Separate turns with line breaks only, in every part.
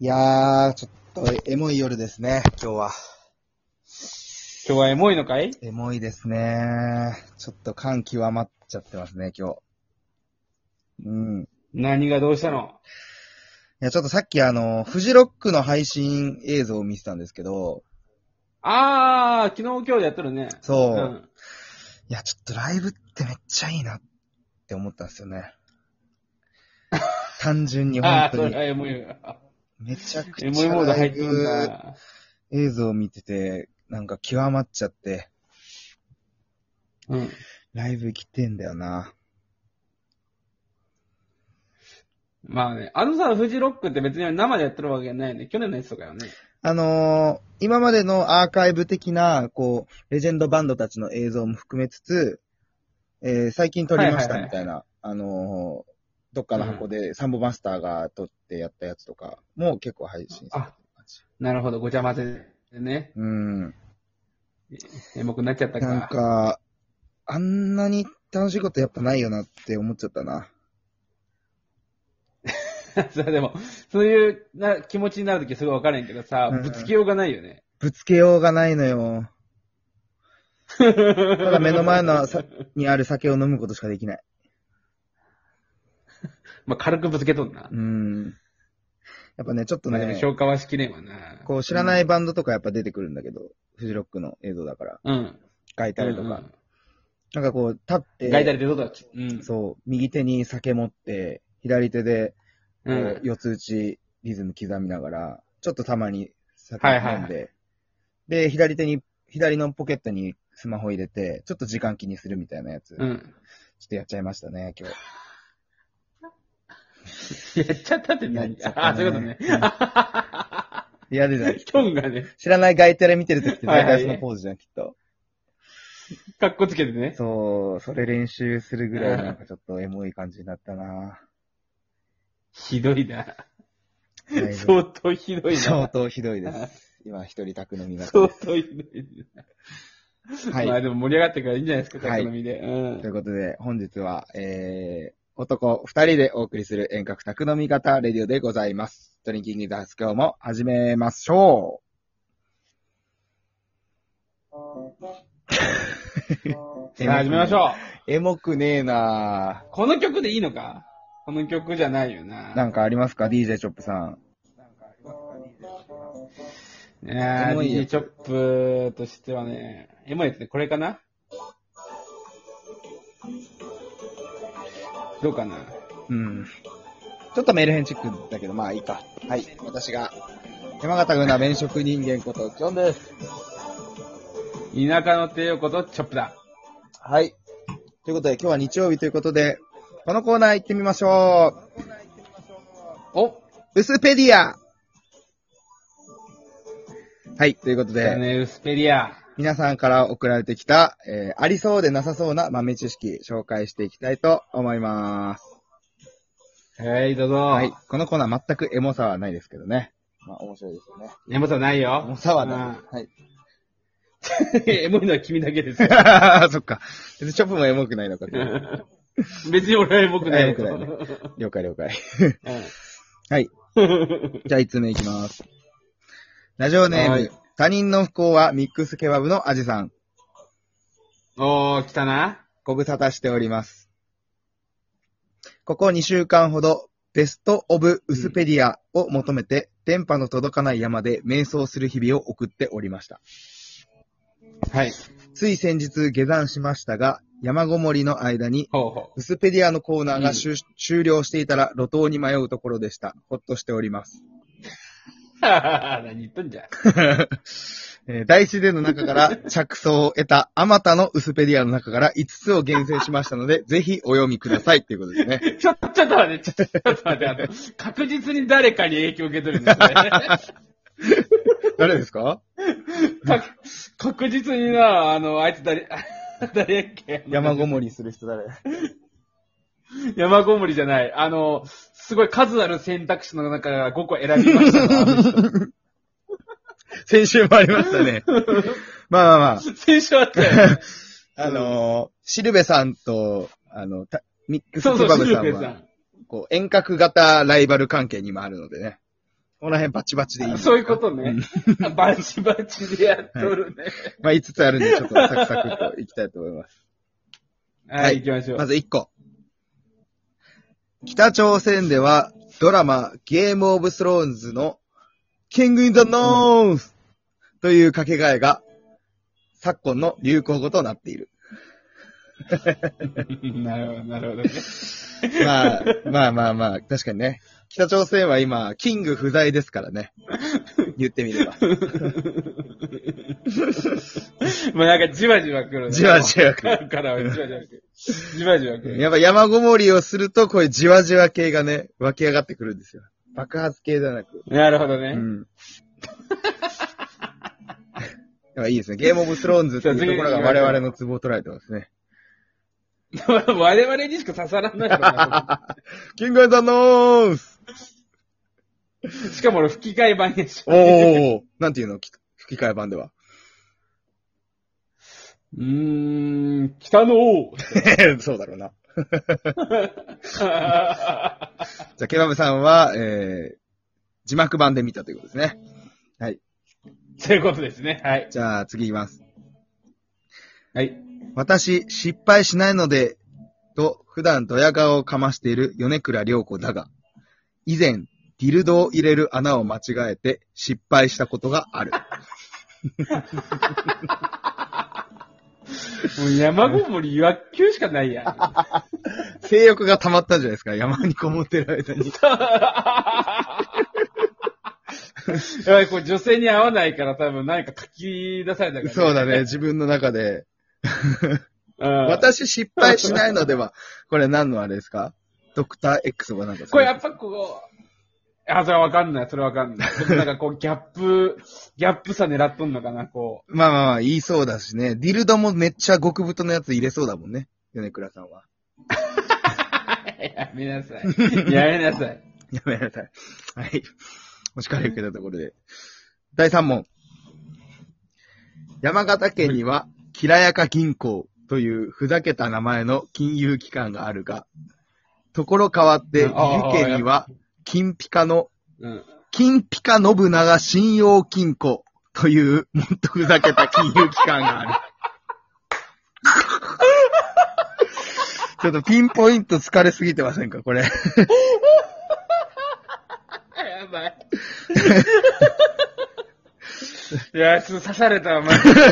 いやー、ちょっとエモい夜ですね、今日は。
今日はエモいのかい
エモいですね。ちょっと感極まっちゃってますね、今日。うん。い
何がどうしたの
や、ちょっとさっきあの、フジロックの配信映像を見てたんですけど、
あー、昨日今日やってるね。
そうう。
ん。
いや、ちょっとライブってめっちゃいいなって思ったんですよね。単純に
あ
本
ー、
当
そ
に
れは。エモいわ。
めちゃくちゃ
エモいモード
ラ
入
イ
ってるん
ブ
だ。
映像を見てて、なんか極まっちゃって、
うん。
ライブ行きてんだよな。
まあね、あのさ、フジロックって別に生でやってるわけじゃないよね。去年のやつとかよね。
あのー今までのアーカイブ的な、こう、レジェンドバンドたちの映像も含めつつ、えー最近撮りました
はいはいはい
みたいな、あのーどっかの箱でサンボマスターが撮ってやったやつとかも結構配信する感
あ
じ。
なるほど、ごちゃ混ぜでね、
うん。
エモくなっちゃったか。
なんか、あんなに楽しいことやっぱないよなって思っちゃったな。
さ、でも、 そういうな気持ちになるときすごいわかるんやけどさ
う、ん
ぶつけようがないよね。
ぶつけようがないのよ。
た
ただ目の前 のさにある酒を飲むことしかできない。
まあ軽くぶつけとんな。
うん。やっぱね、ちょっと
まあでも
ね、
消化はしきれんわな。
こう知らないバンドとかやっぱ出てくるんだけど、フジロックの映像だから、
うん。
ガイタルとか。
うんうん
なんかこう、立って、
ガイダルってどうだっけうん。
そう、右手に酒持って、左手で、こ
う。
うん四つ打ちリズム刻みながら、ちょっとたまに酒
はい
飲んで、
はい
で、左手に、左のポケットにスマホ入れて、ちょっと時間気にするみたいなやつ、
う
ちょっ
ん。
とやっちゃいましたね、今日。
やっちゃったって
やっ
何
ちゃったね
ああ、そういうことね。
嫌でじゃん。
ヒョンがね、
知らないガイタレ見てる時って
はい
大
はい
体そのポーズじゃん、きっと。
かっこつけてね。
そう、それ練習するぐらいなんかちょっとエモい感じになった な
ひどいな。
だいぶ
相当ひどい
相
な。
当ひどい です。今、一人宅飲みが。
相当ひどいな。
はい
まあでも盛り上がってからいいんじゃないですか、
はい
宅飲みで。うん
ということで、本日は、えー、男二人でお送りする遠隔宅飲み型レディオでございます。ドリンキングダス今日も始めましょう。
さあ始めましょう。
う。エモくねえな
この曲でいいのかこの曲じゃないよな。
ぁ。なんかありますか ?DJ チョップさん。
いや
エモ
ー、
いや
DJ
つ
チョップとしてはね、エモいやつね、これかなどうかな
うん。ちょっとメール編チックだけど、まあいいか。はい。私が、山形軍な弁職人間こと、ジョンです。
田舎の帝王ことチョップだ。
はい。ということで、今日は日曜日ということで、このコーナー行ってみましょ
お
う。ウスペディアはい。ということ
だ
で、
ね、ウスペリア。
皆さんから送られてきた、えー、ありそうでなさそうな豆知識、紹介していきたいと思います。
はい、どうぞ。
はい。このコーナー全くエモさはないですけどね。まあ、面白いですよね。
エモさないよ。
エ モさはないです。はい。
い。エモいのは君だけですよ。
そっか。別にチョップもエモくないのか。
別に俺はエモくない。
エモくないね了解了解。はい。
うん
じゃあ、一つ目いきます。ラジオネーム、
はい
他人の不幸はミックスケバブのアジさん。
おー、来たな。
ご無沙汰しております。ここ2週間ほど、ベストオブウスペディアを求めて、電波の届かない山で瞑想する日々を送っておりました。
はい。
つい先日下山しましたが、山ごもりの間に、
ほうほ
ウスペディアのコーナーが終,、終了していたら路頭に迷うところでした。ほっとしております。
う。 何言っとんじゃ。
えー大自然の中から着想を得た、あまたのウスペディアの中から5つを厳選しましたので、ぜひお読みくださいっていうことですね。
ちょ、ちょっと待って、ちょっと待って、あの、確実に誰かに影響を受け取るんです ね。
誰ですか
か確実にな、あの、あいつ誰、 誰やっけ
山ごもりする人誰
山ごもりじゃない。あの、すごい数ある選択肢の中から5個選びましたのあの 人。
先週もありました ね。まあまあまあ、
先週あった よね。
あのーシルベさんと、あの、たミックス
そう
ケ
そ
バ
う、
ブ
シ
さ
ル
ん
ベさ
は、
ん。
こう、遠隔型ライバル関係にもあるのでね。この辺バチバチでい い。
そういうことね。バチバチでやっとるね。
まあ、5つあるんで、ちょっとサクサクといきたいと思います。
はい、行きましょう。
まず1個。北朝鮮では、ドラマ、ゲームオブスローンズの、キング・イン・ザ・ノースという掛け替えが、昨今の流行語となっている。
なるほど、なるほ どね。
まあ、 まあまあまあ、確かにね。北朝鮮は今、キング不在ですからね。言ってみれば。
もうなんかじわじわ来る、ね。
じわじわ来る。
わ。から、じわじわ来る。じわじわ来る。
やっぱ山ごもりをすると、こういうじわじわ系がね、湧き上がってくるんですよ。爆発系じゃなく。
なるほ どね
う。ん。やっぱいいですね。ゲームオブスローンズっていうところが我々のツボを捉えてますね。
我々にしか刺さらないから
キングアンドノース
な。しかも俺吹き替え版やし。
おーなんていうのき吹き替え版では。
うーん、北の 王。
そうだろうな。じゃあ、ケバブさんは、えー、字幕版で見たということですね。
ということですね。はい。
じゃあ、次いきます。
はい。
私、失敗しないので、と、普段ドヤ顔をかましている米倉涼子だが、以前、ディルドを入れる穴を間違えて失敗したことがある。
もう山ごもり野球しかない やん。
性欲が溜まったんじゃないですか山にこもってる間に。
やばい、これ女性に合わないから多分何か書き出されたから、
そうだね、。自分の中で。
うん、
私失敗しないのでは、これ何のあれですかドクター X はなんか
これやっぱこう、あ、それはわかんない、それはわかんない。なんかこう、ギャップ、 ギャップさ狙っとんのかな、こ
まあまあまあ、言いそうだしね。ディルドもめっちゃ極太のやつ入れそうだもんね。米倉さんは。
う。やめなさい。 やめなさい。
やめなさい。はい。お叱りを受けたところで。第3問。山形県には、きらやか銀行というふざけた名前の金融機関があるが、ところ変わって、岐阜県には、金ピカの、
うん。
金ピカ信長信用金庫という、もっとふざけた金融機関が ある。ちょっとピンポイント疲れすぎてませんか、これ。
やばい。 いや、ちょっと刺されたわ、マジで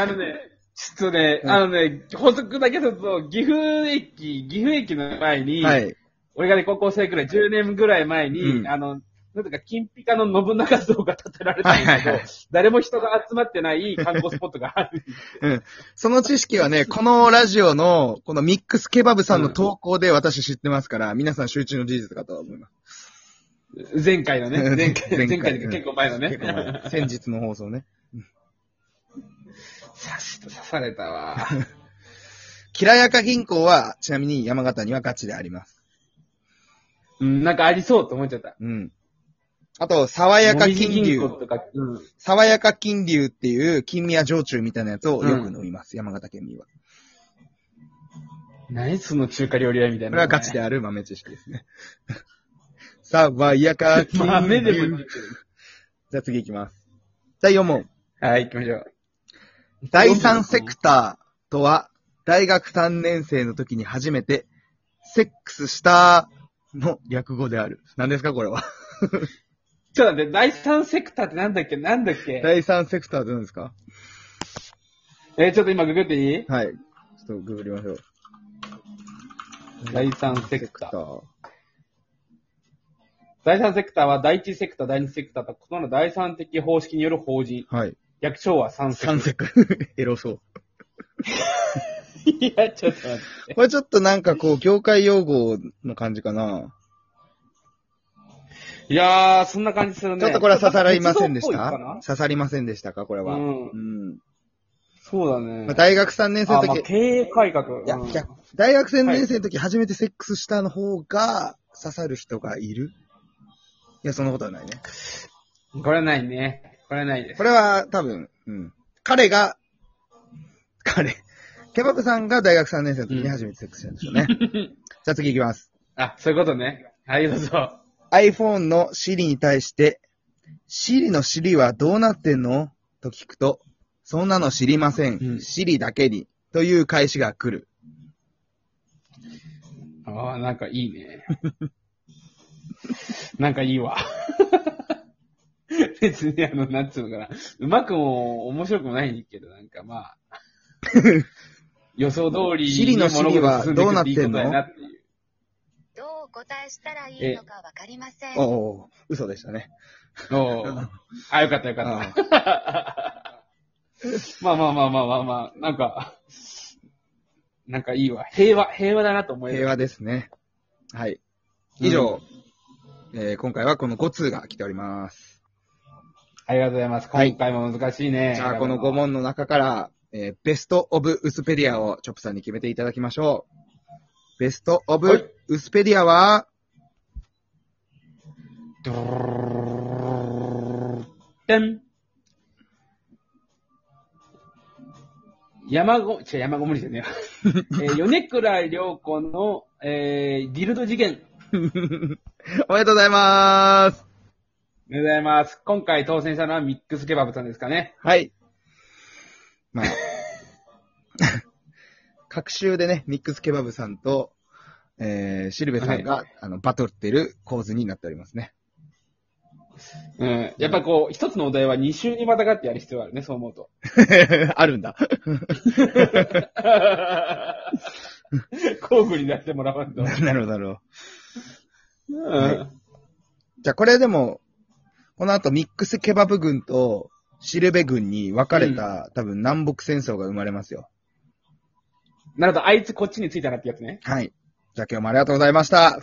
あのね、ちょっとね、
うん
あのね、補足だけだと、岐阜駅、岐阜駅の前に、
はい。
俺がね、高校生くらい、10年ぐらい前に、
うん
あの、なんとか、金ピカの信長像が建てられたんだ
はい
けど、
はいはい
誰も人が集まってない観光スポットがあ る。
うん。その知識はね、このラジオの、このミックスケバブさんの投稿で私知ってますから、皆さん集中の事実かと思います。
前回のね、前回、
前回
前回で結構前のね。
結構前先日の放送ね。
刺し刺されたわ。
きらやか銀行は、ちなみに山形にはガチであります。
うん、なんかありそうと思っちゃった。
うん。あと、爽やか金
銀
龍
行。とか、うん。
爽やか金龍っていう金宮焼酎みたいなやつをよく飲みます。山形県民は。
何その中華料理屋みたいな、
これはガチで。ある豆知識ですね。 爽やか金龍。
まあ、目でも。
じゃあ次行きます。第4問。
はい、行きましょう。
第三セクターとは、大学3年生の時に初めて、セックスしたの略語である。何ですかこれは。
ちょっと待って、第三セクターってなんだっけなんだっけ
第三セクターって何ですか
えーちょっと今ググっていい
はい。ちょっとググりましょう。
第三セクター。
ー。
第三セクターは第一セクター、第二セクターと異なる第三的方式による法人。
はい。
略称は三セ
三
ク
セク。エロそう。
ター。いや、ちょっと待って。
これちょっとなんかこう、業界用語の感じかな。
いやー、そんな感じするね。
ちょっとこれは刺さりませんでし
鉄道っぽい
た
かな
刺さりませんでしたかこれは。
うん
ん
そうだね。
まあ、大学3年生の
あ、まあ、
時、
経営改革。
いや
うん、
逆大学生年生の時初めてセックスしたの方が刺さる人がいるいや、そんなことはないね。
これはないね。これはないです。
これは多分、うん。彼が、彼、ケバブさんが大学3年生の時に初めてセックスしたんでしょうね。じゃあ次行きます。
あ、そういうことね。はい、どうぞ。
iPhone の Siri に対して、Siri の Siri はどうなってんのと聞くと、そんなの知りません。
うん
Siri だけに。という返しが来る。
ああ、なんかいいね。なんかいいわ。別にあの、なんつうのかな。うまくも面白くもないけど、なんかま あ。予想通り
シリのシリはどうなってんの
物事が進でいくいいことやなっていう
どうお答えしたらいいのかわかりません。
おお嘘でしたね。
お うあ、よかったよか
あ
った。まあまあまあまあまあまあ、なんか、なんかいいわ。平和、平和だなと
あ
思える。
平和ですね。はい。以上、えー今回はこの5通が来ております。
ありがとうございます。
はい
今回も難しいね。
じゃあ、この5問の中から、えーベストオブウスペディアをチョップさんに決めていただきましょう。ベストオ
はい
ブウスペディアは、
ドゥルル山ご、違う、山ごもりじゃねえよ。えー、米倉涼子の、えー、ディルド事件。
おめでとうございます。
おめでとうございます。今回当選したのはミックスケバブさんですかね。
はい。まあ、 各週でね、ミックスケバブさんと、えー、シルベさんが、あの、バトルってる構図になっておりますね。
うん。やっぱこう、一つのお題は2週にまたがってやる必要があるね、そう思 うと。
あるんだ。
工具になってもらわ んと。
なるほど、なるほど。
うん。
じゃあこれでも、この後ミックスケバブ軍とシルベ軍に分かれた、多分南北戦争が生まれますよ。
なるほど、あいつこっちについたなってやつね。
はい。じゃあ今日もありがとうございました。